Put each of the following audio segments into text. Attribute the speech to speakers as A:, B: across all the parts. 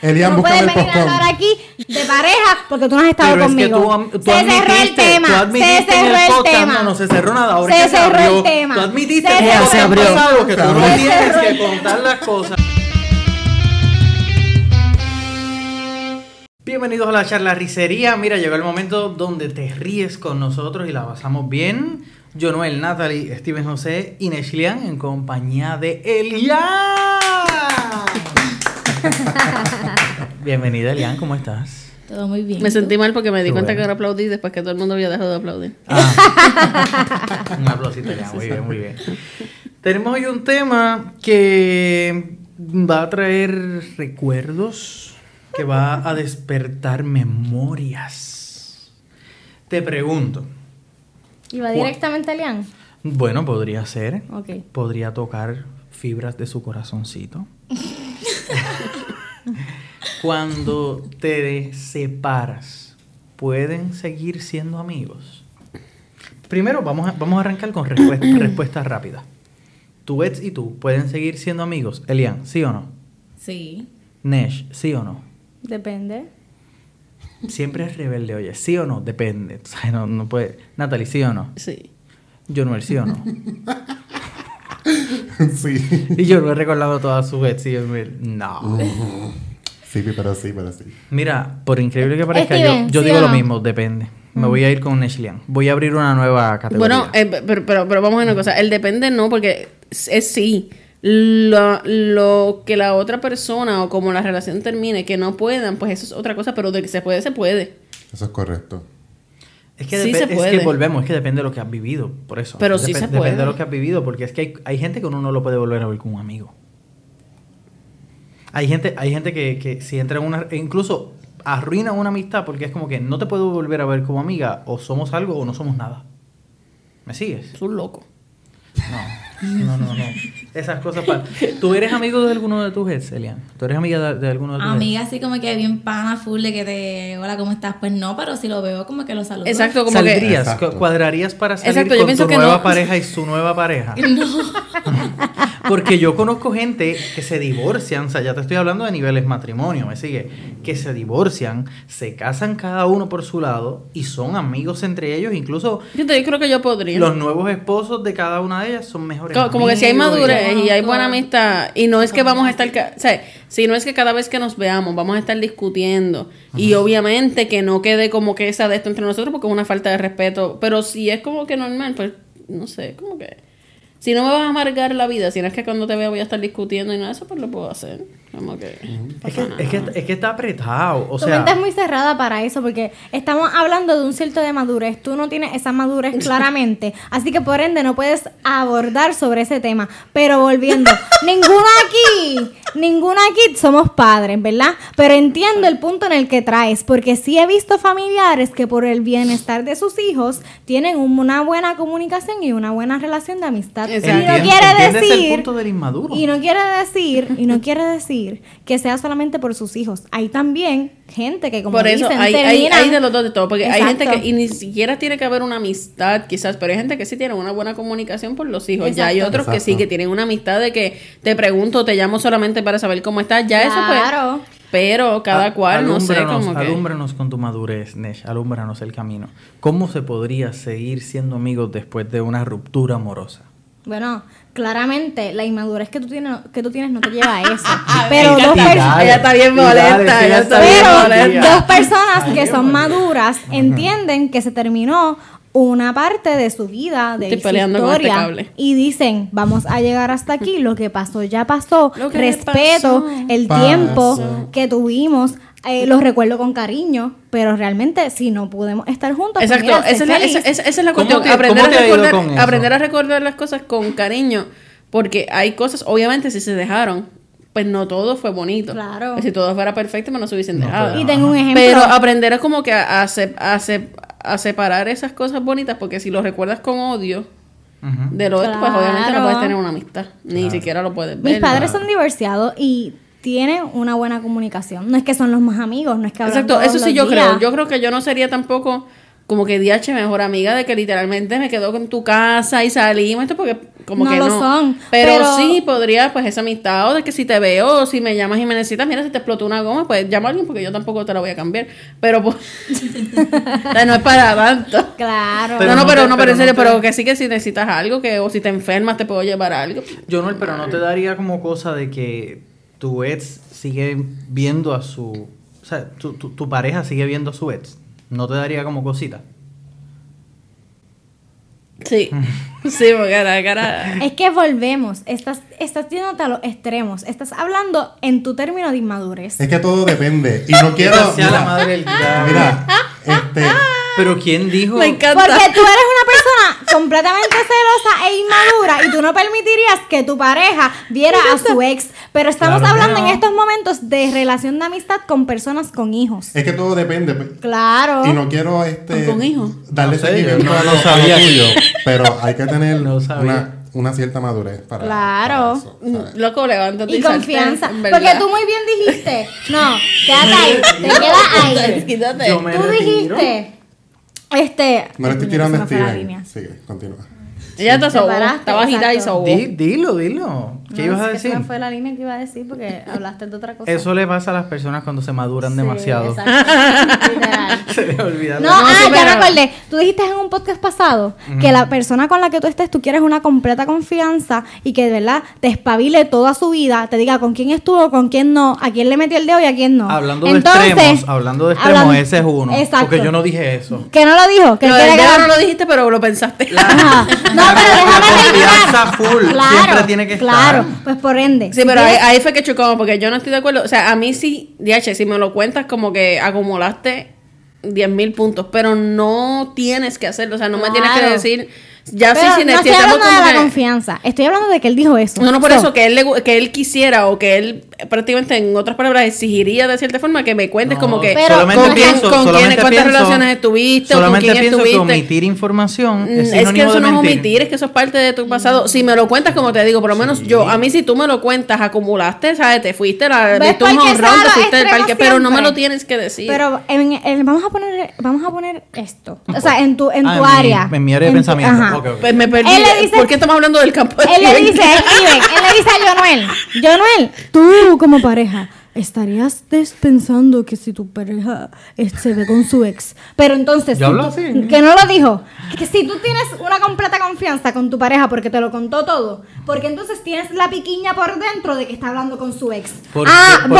A: Elías,
B: tú no puedes
A: búscame el
B: venir a
A: postcón.
B: hablar aquí de pareja porque tú no has estado
C: Pero es que tú,
B: conmigo.
C: am- tú
B: se cerró el
C: admitiste-
B: tema.
C: tú
B: se
C: admitiste en
B: cerró
C: el
B: el,
C: podcast,
B: tema.
C: No, no se cerró nada. Ahora
B: Se
C: que se
B: cerró el
C: abrió,
B: tema.
C: Tú admitiste
B: Se cerró
C: que tú
B: el
C: habías
B: tema.
C: pasado, que tú no
A: Se
C: tienes
B: cerró el
C: que
B: tema.
C: contar las cosas. Bienvenidos a la charla risería. Mira, llegó el momento donde te ríes con nosotros y la pasamos bien. Yo, Noel, Natalie, Steven José y Neshlian en compañía de Elian. Bienvenida, Elian, ¿cómo estás?
B: Todo muy bien.
D: Me sentí mal porque me di
C: Qué
D: cuenta
C: bueno.
D: que ahora aplaudí después que todo el mundo había dejado de aplaudir.
C: Ah. un aplausito ya, muy bien, muy bien. Tenemos hoy un tema que va a traer recuerdos, que va a despertar memorias. Te pregunto,
B: ¿Y va directamente a Lian?
C: bueno, podría ser,
B: Ok.
C: podría tocar fibras de su corazoncito. Cuando te separas, ¿pueden seguir siendo amigos? Primero vamos a, vamos a arrancar con respuesta, respuestas rápidas. Tu ex y tú pueden seguir siendo amigos. Elian, ¿sí o no?
D: Sí.
C: Nesh, ¿sí o no?
B: Depende.
C: Siempre es rebelde, oye. ¿Sí o no? Depende. O sea, no, no puede. Natalie, ¿sí o no?
D: Sí.
C: Jonuel, ¿sí o no?
A: sí.
C: Y yo lo he recordado toda su ex y Jonuel, no.
A: Sí, pero sí, pero sí.
C: Mira, por increíble que parezca, yo,
B: Steven,
C: yo
B: ¿sí
C: digo
B: o
C: lo
B: no?
C: mismo, depende. Me voy a ir con Neshlian. Voy a abrir una nueva categoría.
D: Bueno, eh, pero, pero, pero vamos a una cosa. El depende no, porque es, es sí. Lo, lo que la otra persona o como la relación termine, que no puedan, pues eso es otra cosa, pero de que se puede, se puede.
A: Eso es correcto.
C: es que,
D: sí
C: depe-
D: se
C: es
D: puede.
C: que volvemos, es que depende de lo que has vivido, por eso.
D: Pero sí se puede.
C: Depende de lo que has vivido, porque es que hay, hay gente que uno no lo puede volver a ver con un amigo. Hay gente, hay gente que, que si entra en una... e incluso arruina una amistad porque es como que no te puedo volver a ver como amiga, o somos algo o no somos nada. ¿Me sigues?
D: Es un loco.
C: No, no, no, no. Esas cosas para... ¿Tú eres amigo de alguno de tus ex, Elian? ¿Tú eres amiga de, de alguno de tus ex?
E: Amiga, así como que bien pana, full de que te. Hola, ¿cómo estás? Pues no, pero si lo veo, como que lo saludo.
D: Exacto, como que.
C: Saldrías,
A: Exacto.
C: cu- cuadrarías para salir
D: Exacto, yo
C: con
D: pienso
C: tu
D: que
C: nueva
D: no.
C: pareja y su nueva pareja. Porque yo conozco gente que se divorcian, o sea, ya te estoy hablando de niveles matrimonio, me sigue, que se divorcian, se casan cada uno por su lado y son amigos entre ellos, incluso
D: Yo te- yo creo que yo podría.
C: los nuevos esposos de cada una de ellas son mejores.
D: Co- Como que si hay
C: amigos y-
D: madurez y hay buena
E: Claro.
D: amistad y no es que vamos a estar, ca- o sea, si no es que cada vez que nos veamos vamos a estar discutiendo y obviamente que no quede como que esa de esto entre nosotros porque es una falta de respeto, pero si es como que normal, pues no sé, como que si no me vas a amargar la vida, si no es que cuando te veo voy a estar discutiendo y nada de eso, pues lo puedo hacer. Como que
C: Es
D: pasa
C: que,
D: nada.
C: es, que, es que está apretado, o
B: tu mente
C: sea...
B: es muy cerrada para eso porque estamos hablando de un cierto de madurez. Tú no tienes esa madurez claramente. Así que por ende no puedes abordar sobre ese tema. Pero volviendo, ninguno aquí, ninguno aquí somos padres, ¿verdad? Pero entiendo el punto en el que traes porque sí he visto familiares que por el bienestar de sus hijos tienen un- una buena comunicación y una buena relación de amistad. Y
D: Exacto.
B: no
C: entiendes-
B: quiere
C: entiendes el
B: decir
C: punto del inmaduro.
B: y no quiere decir, y no quiere decir que sea solamente por sus hijos. Hay también gente que como
D: Por eso
B: dicen,
D: hay, hay,
B: terminan-
D: hay de los dos de todo, porque hay gente
B: Exacto.
D: que y ni siquiera tiene que haber una amistad quizás, pero hay gente que sí tiene una buena comunicación por los hijos, ya hay
B: Exacto.
D: otros que sí,
A: Exacto.
D: que tienen una amistad de que te pregunto, te llamo solamente para saber cómo estás, ya eso
B: Claro.
D: pues, pero cada
C: A-
D: cual, no sé,
C: alúmbranos,
D: como que...
C: alúmbranos con tu madurez, Nesh, alúmbranos el camino. ¿Cómo se podría seguir siendo amigos después de una ruptura amorosa?
B: Bueno, claramente la inmadurez que tú tienes, que tú tienes no te lleva a eso. Pero
C: Ella
B: dos,
C: está-
B: pers-
C: Dale,
D: ella está bien
C: dale,
D: molesta,
C: sí, ella
D: ella
C: está
D: está
C: bien
D: bien molesta.
B: pero
C: molesta.
B: dos personas que
C: Ay,
B: son
C: Dios.
B: maduras entienden que se terminó una parte de su vida, de
D: Estoy
B: su
D: peleando con este
B: historia,
D: cable.
B: y dicen, vamos a llegar hasta aquí, lo que pasó ya pasó,
D: Lo que
B: respeto
D: pasó.
B: el
A: Pasó.
B: tiempo que tuvimos, eh, los recuerdo con cariño, pero realmente si no podemos estar juntos, pues
D: Exacto,
B: mira, sé
D: esa es, la,
B: feliz.
D: esa, esa- esa es la
C: ¿Cómo
D: cuestión.
C: te-
D: aprender,
C: cómo
D: a
C: te ha ido
D: recordar,
C: con eso?
D: aprender a recordar las cosas con cariño. Porque hay cosas, obviamente, si se dejaron, pues no todo fue bonito.
B: Claro.
D: Pues si todo fuera perfecto, me no se hubiesen
C: No,
D: dejado.
B: Y tengo un ejemplo.
D: Pero aprender a como que a, a sep- a sep- a separar esas cosas bonitas, porque si lo recuerdas con odio
C: Ujú.
D: de lo otro, pues obviamente no
B: Claro.
D: puedes tener una amistad. Ni siquiera lo puedes ver.
B: Mis padres son divorciados y tienen una buena comunicación. No es que son los más amigos, no es que hablan
D: Exacto,
B: todos
D: eso sí yo
B: los días.
D: creo. Yo creo que yo no sería tampoco como que DH mejor amiga de que literalmente me quedo con tu casa y salimos esto porque como
B: No
D: que
B: lo
D: no.
B: son,
D: Pero,
B: pero-
D: sí podría, pues, esa amistad o de que si te veo, o si me llamas y me necesitas, mira, si te explotó una goma, pues llama a alguien porque yo tampoco te la voy a cambiar. Pero pues, o sea, no es para tanto.
B: Claro.
C: Pero
D: no, no,
C: no
D: pero
C: te-
D: no, pero
C: pero no
D: en serio,
C: te-
D: pero que sí que si necesitas algo, que o si te enfermas te puedo llevar algo.
C: Yo no, pero no te daría como cosa de que tu ex sigue viendo a su. O sea, tu, tu- tu pareja sigue viendo a su ex. No te daría como cosita.
D: Sí, sí, porque cara, cara.
B: Es que volvemos. Estás, estás yéndote a los extremos. Estás hablando en tu término de inmadurez.
A: Es que todo depende. Y no quiero.
C: sea la
A: mira,
C: madre del diablo.
A: Mira, este.
C: Pero ¿quién dijo?
D: Me encanta.
B: Porque tú eres una persona completamente celosa e inmadura y tú no permitirías que tu pareja viera a su ex. Pero estamos
C: Claro que
B: hablando en
C: no.
B: estos momentos de relación de amistad con personas con hijos.
A: Es que todo depende. pues.
B: Claro.
A: Y no quiero este
D: ¿Con hijos?
A: darle
C: No sé,
A: seguimiento
C: yo no
A: a
C: lo
A: lo- a lo
C: sabía.
A: tuyo, pero hay que tener
C: No sabía.
A: una, una cierta madurez para
B: Claro.
A: para eso, ¿sabes?
D: Loco, levántate.
B: Y
D: salte,
B: confianza.
D: en verdad.
B: Porque tú muy bien dijiste. No, quédate ahí. Te quedas ahí.
D: Quítate.
C: Yo me
B: Tú
C: retiro.
B: dijiste. Este.
A: No le estoy
B: Ay,
A: tirando
B: se
A: a
B: me fue la
A: Steven.
B: línea.
A: Sigue, continúa.
D: Ella te sobó.
B: paraste,
D: Estaba agitada y
B: exacto.
D: sobó.
C: Di- dilo, dilo. ¿Qué
B: No,
C: ibas a
B: es que se
C: decir?
B: me fue la línea que iba a decir porque hablaste de otra cosa.
C: Eso le pasa a las personas cuando se maduran
B: Sí,
C: demasiado.
B: exacto. Literal.
C: Se le olvida.
B: No,
C: la-
D: No,
B: ah,
D: sí,
B: ya
D: pero-
B: recordé. Tú dijiste en un podcast pasado que la persona con la que tú estés, tú quieres una completa confianza y que de verdad te espabile toda su vida, te diga con quién estuvo, con quién no, a quién le metió el dedo y a quién no.
C: Hablando
B: Entonces-
C: de extremos, hablando de extremos,
B: hablando-
C: ese es uno.
B: Exacto.
C: Porque yo no dije eso.
B: Que no lo dijo, que
D: Lo
B: él
D: del
B: quiere
D: dedo
B: quedar-
D: no lo dijiste, pero lo pensaste.
B: Ajá. No, pero
C: La
B: déjame
C: confianza
B: terminar.
C: full, siempre tiene que
B: claro.
C: estar.
B: pues por ende.
D: Sí,
B: si
D: pero ahí,
B: quieres-
D: ahí fue que chocó, porque yo no estoy de acuerdo. O sea, a mí sí, DH, si me lo cuentas, como que acumulaste 10 mil puntos, pero no tienes que hacerlo. O sea, no me tienes que
B: Claro.
D: decir. Ya
B: Pero
D: sí, si
B: no estoy
D: necesitamos
B: hablando de
D: como
B: la
D: que-
B: confianza, estoy hablando de que él dijo eso.
D: No, no, por
B: So,
D: eso que él, le gu- que él quisiera o que él eh, prácticamente en otras palabras exigiría de cierta forma que me cuentes
C: No,
D: como que
B: Pero-
D: con,
C: solamente
D: quién-
C: pienso,
D: con quién,
C: solamente
D: cuántas
C: pienso-
D: relaciones estuviste o con
C: solamente
D: quién
C: pienso
D: estuviste.
C: que omitir información
D: Mm,
C: es
D: Es,
C: sinónimo
D: que eso
C: de
D: no es
C: mentir.
D: omitir, es que eso es parte de tu pasado. Si me lo cuentas, como te digo, por lo menos yo, a mí si tú me lo cuentas, acumulaste, ¿sabes? Te fuiste, la,
B: ¿Ves
D: viste
B: por
D: un
B: qué
D: home run,
B: sea
D: te
B: lo
D: fuiste del
B: extremo
D: parque, pero no me
B: siempre?
D: lo tienes que decir.
B: Pero en, en- vamos a poner vamos a poner esto. O sea, en tu en
C: Ah,
B: tu
C: en mi-
B: área.
C: en mi área de
B: tu-
C: pensamiento.
B: ajá.
C: Ok, ok.
D: Pues me perdí.
B: Él le dice-
D: ¿Por qué estamos hablando del campo? de
B: Él le
D: nivel?
B: dice, él, Steven, él le dice a Jonuel, Jonuel, tú como pareja estarías des- pensando que si tu pareja eh, se ve con su ex, pero entonces
C: Yo
B: si
C: hablo
B: tú-
C: así.
B: que no lo dijo, que si tú tienes una completa confianza con tu pareja porque te lo contó todo, porque entonces tienes la piquiña por dentro de que está hablando con su ex.
C: Porque-
B: ah,
C: porque una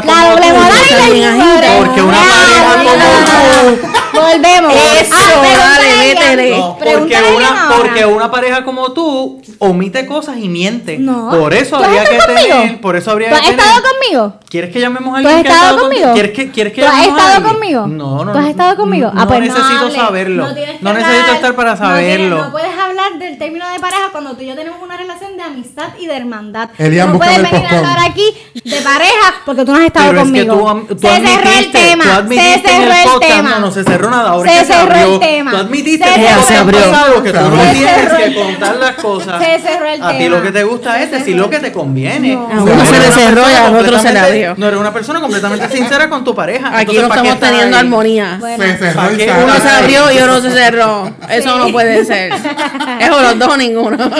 B: volvemos,
C: como
B: la doble
C: tú
B: moral y la
D: también agita.
B: inmoralidad.
C: Porque una pareja
B: Ah,
C: como
B: Volvemos. Ah,
D: Eso, dale,
B: pregúntale a ella.
D: vétele.
C: No, porque
B: eh, Pregúntale a ella
C: una,
B: ahora.
C: porque una pareja como tú omite cosas y miente.
B: No.
C: Por eso
B: ¿Tú has
C: habría que
B: estado
C: tener.
B: conmigo?
C: Por eso habría
B: ¿Tú
C: que
B: has
C: tener.
B: estado conmigo?
C: ¿Quieres que llamemos a
B: ¿Tú has
C: alguien que ha
B: estado conmigo?
C: ¿Quieres que, quieres que
B: ¿Tú has
C: llamemos a
B: estado
C: alguien?
B: conmigo?
C: No, no.
B: ¿Tú has estado conmigo?
C: No,
B: Ah, pues no
C: necesito
B: hables.
C: saberlo.
B: No, tienes que
C: No necesito
B: hablar,
C: estar para
B: no tienes-
C: saberlo.
B: No, puedes hablar del término de pareja cuando tú y yo tenemos una relación de amistad y de hermandad.
A: Elian,
B: no puedes
A: búscame el
B: venir a
A: popcorn.
B: hablar aquí de pareja porque tú no has estado
C: Pero es que tú
B: conmigo.
C: am- tú
B: se cerró el
C: admitiste,
B: tema.
C: tú
B: se
C: admitiste en el
B: cerró el,
C: podcast,
B: tema.
C: no, no se cerró nada, ahora
B: se
C: que se
B: cerró el
C: abrió,
B: tema.
C: tú admitiste
B: Se
C: que
B: cerró
C: se
B: el
C: han
B: tema.
C: pasado, que tú no
A: Se
C: tienes
B: cerró el
C: que
B: tema.
C: contar las cosas.
B: Se cerró el
C: A ti
B: tema.
C: lo que te gusta es decir lo que te conviene.
B: No.
D: A uno
C: No
D: se
C: eres
D: le
C: una
D: cerró y
C: persona
D: al otro se le
C: completamente-
D: abrió.
C: No eres una persona completamente sincera con tu pareja.
D: Aquí
C: Entonces,
D: no
C: ¿para qué
D: estamos
C: estar
D: teniendo
C: ahí?
D: armonía.
B: Bueno.
A: Se cerró
C: ¿Para
A: el
C: qué?
A: saco.
D: Uno se
C: Ay.
D: abrió y otro se cerró. Eso no puede ser. Es o los dos o ninguno.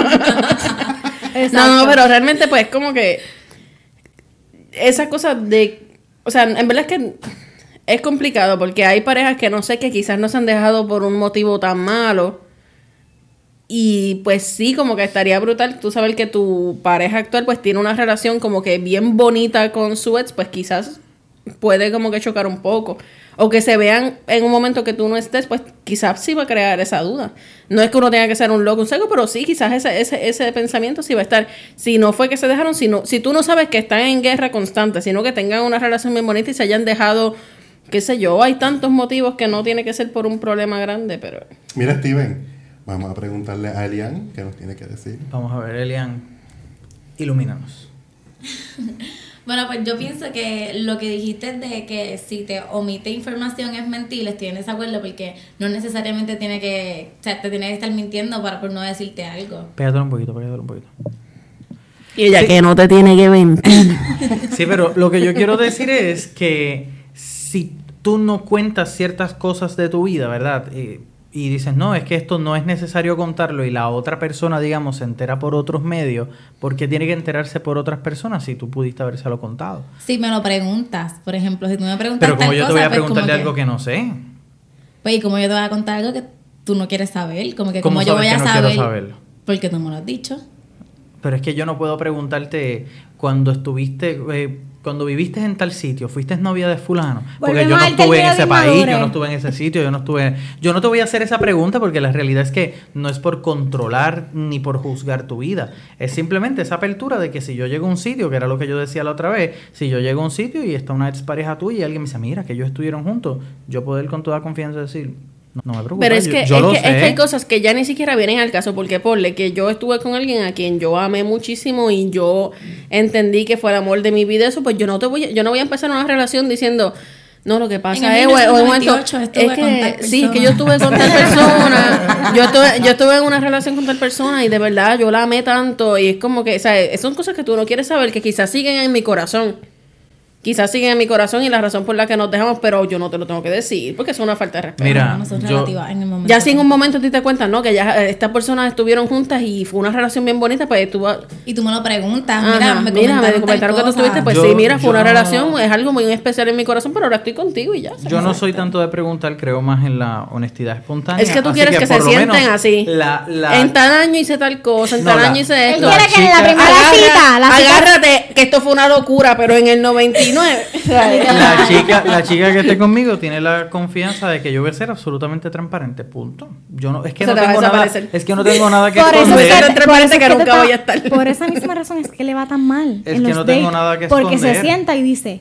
B: Exacto.
D: No, no, pero realmente pues como que esa cosa de... O sea, en verdad es que es complicado porque hay parejas que no sé, que quizás no se han dejado por un motivo tan malo. Y pues sí, como que estaría brutal tú saber que tu pareja actual pues tiene una relación como que bien bonita con su ex, pues quizás puede como que chocar un poco. O que se vean en un momento que tú no estés, pues quizás sí va a crear esa duda. No es que uno tenga que ser un loco, un seco, pero sí, quizás ese, ese, ese pensamiento sí va a estar. Si no fue que se dejaron, si, no- si tú no sabes que están en guerra constante, sino que tengan una relación bien bonita y se hayan dejado, qué sé yo, hay tantos motivos que no tiene que ser por un problema grande, pero...
A: Mira, Steven, vamos a preguntarle a Elian qué nos tiene que decir.
C: Vamos a ver, Elian. Ilumínanos.
E: Bueno, pues yo pienso que lo que dijiste de que si te omite información es mentir, estoy en desacuerdo porque no necesariamente tiene que, o sea, te tiene que estar mintiendo para por no decirte algo.
C: Pégatelo un poquito, pégatelo un poquito.
D: Y ella que no te tiene que mentir.
C: Sí, pero lo que yo quiero decir es que si tú no cuentas ciertas cosas de tu vida, ¿verdad? Eh, Y, y dices, no, es que esto no es necesario contarlo y la otra persona, digamos, se entera por otros medios, ¿por qué tiene que enterarse por otras personas si tú pudiste habérselo contado?
E: Si me lo preguntas, por ejemplo, si tú me preguntas
C: Pero como
E: tal
C: yo te
E: cosa,
C: voy a
E: pues, como
C: preguntar de
E: que-
C: algo que no sé,
E: Pues, ¿y cómo yo te voy a contar algo que tú no quieres saber? Como que
C: ¿Cómo
E: como
C: sabes
E: yo voy a
C: que no quiero
E: saber.
C: saberlo?
E: Porque tú me lo has dicho.
C: pero es que yo no puedo preguntarte cuando estuviste, eh, cuando viviste en tal sitio, fuiste novia de fulano, porque
B: Volvemos
C: yo no
B: al
C: estuve en
B: término de
C: ese país, yo
B: inmadurez.
C: no estuve en ese sitio, yo no estuve... Yo no te voy a hacer esa pregunta porque la realidad es que no es por controlar ni por juzgar tu vida, es simplemente esa apertura de que si yo llego a un sitio, que era lo que yo decía la otra vez, si yo llego a un sitio y está una expareja tuya y alguien me dice, mira, que ellos estuvieron juntos, yo poder con toda confianza decir, no, no me preocupes,
D: Pero es
C: yo-
D: que,
C: yo
D: es,
C: lo
D: que, es
C: sé".
D: que hay cosas que ya ni siquiera vienen al caso, porque ponle que yo estuve con alguien a quien yo amé muchísimo y yo entendí que fue el amor de mi vida, eso pues yo no te voy a, yo no voy a empezar una relación diciendo no, lo que pasa
E: En el
D: es, güey, o en un
E: 1998
D: momento-
E: estuve
D: es
E: con tal
D: que, sí, es que
E: persona.
D: yo estuve con tal persona, yo estuve, yo estuve en una relación con tal persona y de verdad yo la amé tanto y es como que, o sea, son cosas que tú no quieres saber, que quizás siguen en mi corazón, quizás siguen en mi corazón y la razón por la que nos dejamos, pero yo no te lo tengo que decir, porque es una falta de respeto.
C: Mira,
E: no son
C: yo-
E: relativas en el momento.
D: Ya si en un momento a ti te cuentas, ¿no? Que ya eh, estas personas estuvieron juntas y fue una relación bien bonita, pues tú vas...
E: Y tú me lo preguntas.
B: Ah,
D: Ajá,
E: mira, me comentaron, tal
D: que tú
E: cosa.
D: estuviste, pues
C: Yo-
D: sí, mira, fue
C: yo
D: una
C: no-
D: relación, es algo muy especial en mi corazón, pero ahora estoy contigo y ya.
C: Yo no soy tanto de preguntar, creo más en la honestidad espontánea.
D: Es que tú
C: así
D: quieres que, se
C: por lo
D: sientan
C: menos
D: así.
C: La, la-
D: En tal año hice tal cosa, en
C: No,
D: tal
C: la-
D: año hice
B: Él
D: esto.
B: quiere que en la
C: chica-
B: primera cita, la cita-
D: agárrate, que esto fue una locura, pero en el 99. ¿sabes?
C: la chica, la chica que esté conmigo tiene la confianza de que yo voy a ser absolutamente transparente, punto. Yo no, es que
D: O sea,
C: no
D: te vas a
C: tengo nada,
D: desaparecer.
C: es que no tengo nada que
B: Por eso
D: esconde.
B: es
D: Pero
B: que-
C: esconder.
D: entre
B: por
D: parece
B: eso
D: que
B: es te
D: nunca
B: va-
D: voy a estar.
B: Por esa misma razón es que le va tan mal.
C: Es
B: en
C: que
B: los
C: no tengo
B: dates,
C: nada que
B: Porque se
C: esconder.
B: sienta y dice: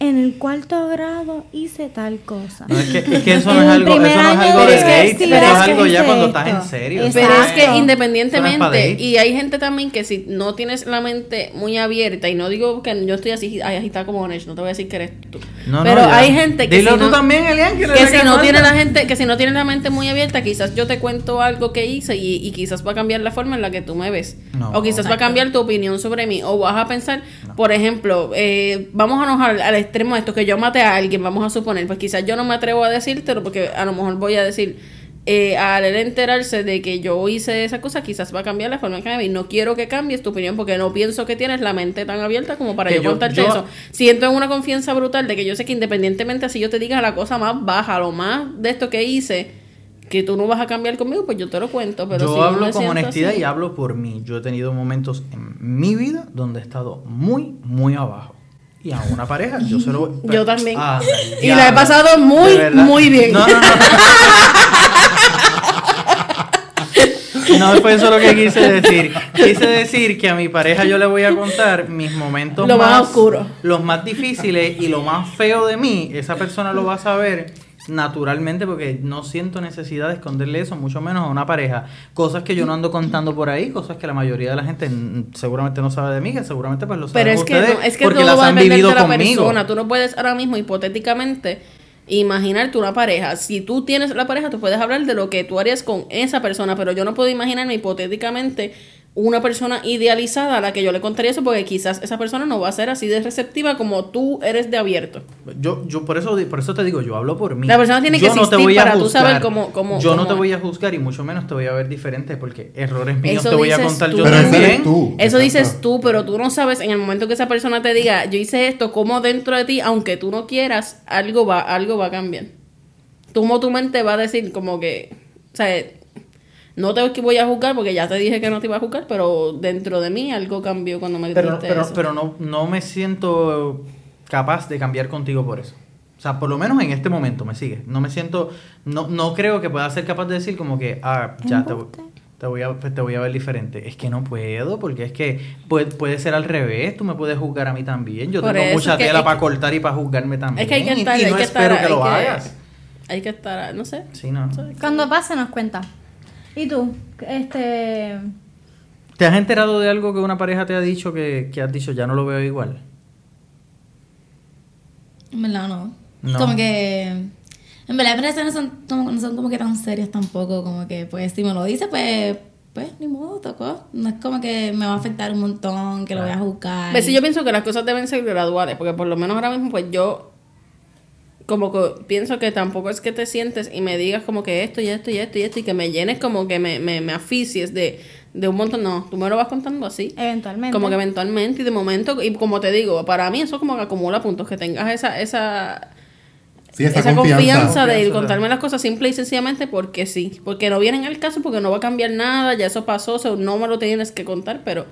B: En el cuarto grado hice tal cosa.
C: No, es, que, es que eso no
B: En
C: es
B: el
C: algo, eso no
B: primer
C: es
B: año
C: algo de
D: de
C: date, eso
D: sí,
C: es
D: pero es que
C: algo ya
B: hice
C: cuando estás en
B: esto.
C: serio.
B: Exacto.
D: Pero es
B: Eso no
D: que
B: es
D: independientemente,
C: date.
D: y hay gente también que si no tienes la mente muy abierta, y no digo que yo estoy así ay, agitada como Onesh, no te voy a decir que eres tú.
C: No, no,
D: pero
C: ya.
D: hay gente que
C: Dilo
D: si
C: tú
D: no,
C: también, Elian, que,
D: que
C: eres la
D: si
C: que
D: no
C: manda.
D: tiene la gente, que si no tienes la mente muy abierta, quizás yo te cuento algo que hice y, y quizás va a cambiar la forma en la que tú me ves.
C: No.
D: o quizás va a cambiar tu opinión sobre mí. O vas a pensar, por ejemplo, eh, vamos a enojar al extremo de esto, que yo maté a alguien, vamos a suponer, pues quizás yo no me atrevo a decírtelo porque a lo mejor voy a decir, eh, al él enterarse de que yo hice esa cosa, quizás va a cambiar la forma en que me ve. Y No quiero que cambies tu opinión porque no pienso que tienes la mente tan abierta como para
C: Que
D: yo,
C: yo-
D: contarte
C: yo-
D: eso. Siento una confianza brutal de que yo sé que independientemente si yo te diga la cosa más baja, lo más de esto que hice. Que tú no vas a cambiar conmigo, pues yo te lo cuento. Pero
C: yo
D: si no
C: hablo
D: me
C: con
D: siento
C: honestidad
D: así-
C: y hablo por mí. Yo he tenido momentos en mi vida donde he estado muy, muy abajo. Y a una pareja, yo se lo voy-
D: Yo también.
C: Ah,
D: Y
C: ya.
D: la he pasado muy,
C: De verdad.
D: muy bien.
C: No, no, no. No fue eso lo que quise decir. Quise decir que a mi pareja yo le voy a contar mis momentos
D: Lo más oscuro.
C: los más difíciles y lo más feo de mí. Esa persona lo va a saber naturalmente porque no siento necesidad de esconderle eso, mucho menos a una pareja. Cosas que yo no ando contando por ahí, cosas que la mayoría de la gente mm, seguramente no sabe de mí, que seguramente pues lo saben
D: Pero es que,
C: ustedes
D: no, es que
C: porque
D: todo
C: las
D: va a
C: han
D: depender
C: vivido
D: de la
C: conmigo.
D: persona. Tú no puedes ahora mismo, hipotéticamente, imaginarte una pareja. Si tú tienes la pareja, tú puedes hablar de lo que tú harías con esa persona, pero yo no puedo imaginarme hipotéticamente una persona idealizada a la que yo le contaría eso, porque quizás esa persona no va a ser así de receptiva como tú eres de abierto.
C: Yo, yo por eso di- por eso te digo, yo hablo por mí.
D: La persona tiene
C: Yo
D: que existir para tú saber cómo- cómo-
C: Yo no
D: cómo
C: te
D: es.
C: voy a juzgar y mucho menos te voy a ver diferente porque errores míos
D: Eso
C: te voy a
D: dices
C: contar
D: tú.
C: yo
A: Pero ese
C: también.
A: eres tú.
D: Eso
A: Exacto.
D: dices tú, pero tú no sabes en el momento que esa persona te diga, yo hice esto, como dentro de ti, aunque tú no quieras, algo va, algo va a cambiar. Tú como tu mente va a decir como que, o sea, no te voy a juzgar porque ya te dije que no te iba a juzgar, pero dentro de mí algo cambió cuando me
C: Pero,
D: dijiste
C: pero,
D: eso.
C: pero no, no me siento capaz de cambiar contigo por eso. O sea, por lo menos en este momento, ¿me sigues? No me siento, no, no creo que pueda ser capaz de decir como que, ah, ya te, voy- te voy a, pues, te voy a ver diferente. Es que no puedo, porque es que puede, puede ser al revés, tú me puedes juzgar a mí también. Yo
D: Por
C: tengo
D: eso
C: mucha
D: es que-
C: tela
D: es
C: para
D: que-
C: cortar y para juzgarme también.
D: es que hay que
C: Y-
D: estar,
C: y
D: hay
C: no
D: que estar,
C: espero que
D: hay
C: lo
D: que-
C: hagas.
D: hay que estar, no sé.
C: Sí, no.
B: Cuando pase, nos cuenta. ¿Y tú? Este.
C: ¿Te has enterado de algo que una pareja te ha dicho que, que has dicho ya no lo veo igual?
E: En verdad no.
C: No.
E: Como que. En verdad, pero esas no son, como- no son como que tan serias tampoco. Como que, pues, si me lo dice, pues, pues, ni modo, tocó. No es como que me va a afectar un montón, que lo voy a juzgar.
D: Ves, yo pienso que las cosas deben ser graduales, porque por lo menos ahora mismo, pues yo pues, como que pienso que tampoco es que te sientes y me digas como que esto y esto y esto y esto y que me llenes como que me, me, me aficies de, de un montón. No, tú me lo vas contando así.
B: Eventualmente.
D: Como que eventualmente y de momento, y como te digo, para mí eso como que acumula puntos, que tengas esa, esa,
A: Sí, esa,
D: esa, confianza, de
C: Confianza,
D: contarme las cosas simple y sencillamente porque sí, porque no vienen al caso, porque no va a cambiar nada, ya eso pasó, so, no me lo tienes que contar, pero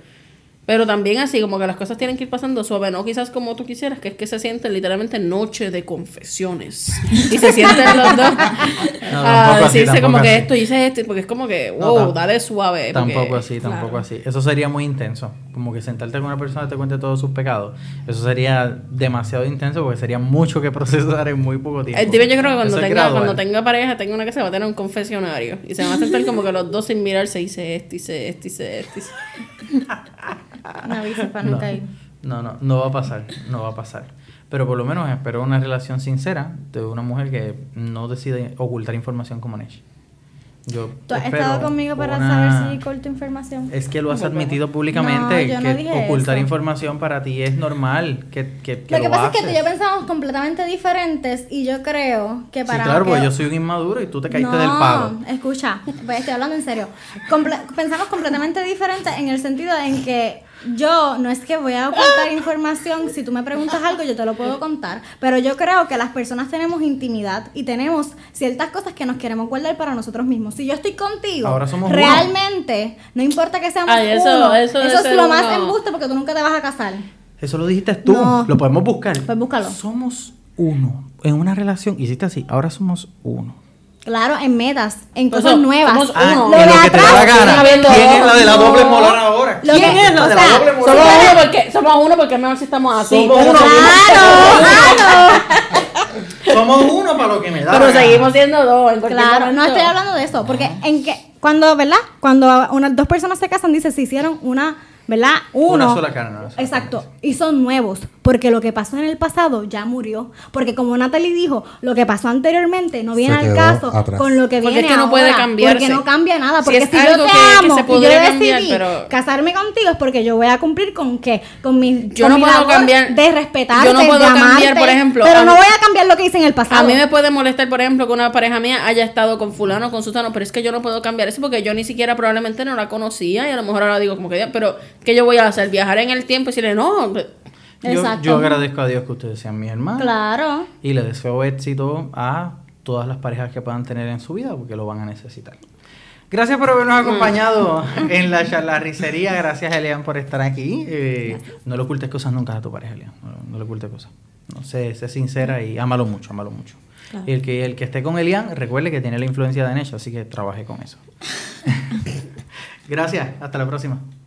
D: pero también así como que las cosas tienen que ir pasando suave, no quizás como tú quisieras, que es que se siente literalmente noche de confesiones y se sienten los dos a
C: tampoco así,
D: decirse como
C: tampoco
D: que
C: así.
D: esto hice esto, porque es como que
C: No,
D: wow,
C: tam-
D: dale suave. Eh, porque-
C: Tampoco así,
D: claro.
C: tampoco así. Eso sería muy intenso. Como que sentarte con una persona que te cuente todos sus pecados. Eso sería demasiado intenso porque sería mucho que procesar en muy poco tiempo.
D: El tipo eh, yo creo que cuando
C: Eso es
D: tenga, cuando
C: gradual.
D: tenga pareja, tenga una que se va a tener un confesionario. Y se van a sentar como que los dos sin mirarse, hice esto, hice esto, hice esto, hice
B: Ah, No avisa para nunca ir.
C: No, no, no va a pasar, no va a pasar. Pero por lo menos espero una relación sincera de una mujer que no decide ocultar información como Nesh. Yo
B: ¿Tú has
C: espero
B: estado conmigo para
C: una-
B: saber si corto información?
C: Es que lo has admitido
B: No,
C: públicamente
B: yo no
C: que
B: dije
C: ocultar
B: eso.
C: información para ti es normal. Que, que, que
B: Lo que pasa es que
C: haces.
B: tú y yo pensamos completamente diferentes y yo creo que para...
C: Sí, claro,
B: que-
C: porque yo soy un inmaduro y tú te caíste
B: no,
C: del palo.
B: Escucha, pues estoy hablando en serio. Comple- pensamos completamente diferente en el sentido en que yo no es que voy a ocultar información, si tú me preguntas algo yo te lo puedo contar, pero yo creo que las personas tenemos intimidad y tenemos ciertas cosas que nos queremos guardar para nosotros mismos. Si yo estoy contigo,
C: Ahora somos uno.
B: realmente, no importa que seamos
D: Ay, eso-
B: uno,
D: eso de
B: es
D: ser
B: lo más
D: uno.
B: embuste porque tú nunca te vas a casar.
C: Eso lo dijiste tú.
B: No.
C: Lo podemos buscar.
B: Pues búscalo.
C: Somos uno. En una relación hiciste así. Ahora somos uno.
B: Claro, en metas, en
D: Pues
B: cosas
D: somos-
B: nuevas.
D: somos
C: Ah,
D: uno.
B: Lo
C: en
B: de
C: lo que te da la
B: atrás,
C: gana.
B: viendo-
C: ¿Quién es la de la doble
B: No.
C: molar ahora?
B: Lo
C: ¿Quién
B: que-
C: es la de la
B: o sea,
C: doble moral?
D: Somos uno porque somos uno porque es mejor si estamos así.
C: Somos
D: pero
C: uno.
B: Claro, claro.
C: Somos uno para lo que me da.
D: pero
C: la gana.
D: seguimos siendo dos. en cualquier
B: Claro, no
D: momento.
B: estoy hablando de eso, porque en que cuando, ¿verdad? Cuando una- dos personas se casan, dice, se hicieron una, ¿verdad? Uno.
C: Una sola carne. una sola
B: Exacto, y son nuevos, porque lo que pasó en el pasado ya murió, porque como Natalie dijo, lo que pasó anteriormente no viene
A: Se
B: al
A: quedó
B: caso
A: atrás.
B: con lo que
D: Porque
B: viene
D: es que no
B: ahora,
D: puede cambiarse.
B: porque no cambia nada,
D: Si
B: porque
D: es
B: si, yo
D: algo
B: te
D: que- que
B: amo
D: se
B: y yo
D: podría cambiar,
B: decidí
D: pero-
B: casarme contigo es porque yo voy a cumplir con qué, con mi
D: Yo
B: con
D: no
B: mi
D: puedo
B: labor
D: cambiar-
B: de respetar,
D: yo no puedo cambiar, por ejemplo,
B: pero
D: a
B: no
D: mí-
B: voy a cambiar lo que hice en el pasado.
D: A mí me puede molestar, por ejemplo, que una pareja mía haya estado con fulano, con sutano, pero es que yo no puedo cambiar eso porque yo ni siquiera probablemente no la conocía y a lo mejor ahora digo como que, "Ya, pero ¿qué yo voy a hacer? Viajar en el tiempo y decirle, no, pues,
C: Yo,
B: Exacto.
C: yo agradezco a Dios que ustedes sean mis hermanos.
B: Claro.
C: Y le deseo éxito a todas las parejas que puedan tener en su vida porque lo van a necesitar. Gracias por habernos acompañado en la charlarricería. Gracias, Elian, por estar aquí. Eh, no le ocultes cosas nunca a tu pareja, Elian. No, no le ocultes cosas. No sé, sé sincera y ámalo mucho, ámalo mucho. Y el que, el que esté con Elian, recuerde que tiene la influencia de Nesh, así que trabaje con eso. Gracias, hasta la próxima.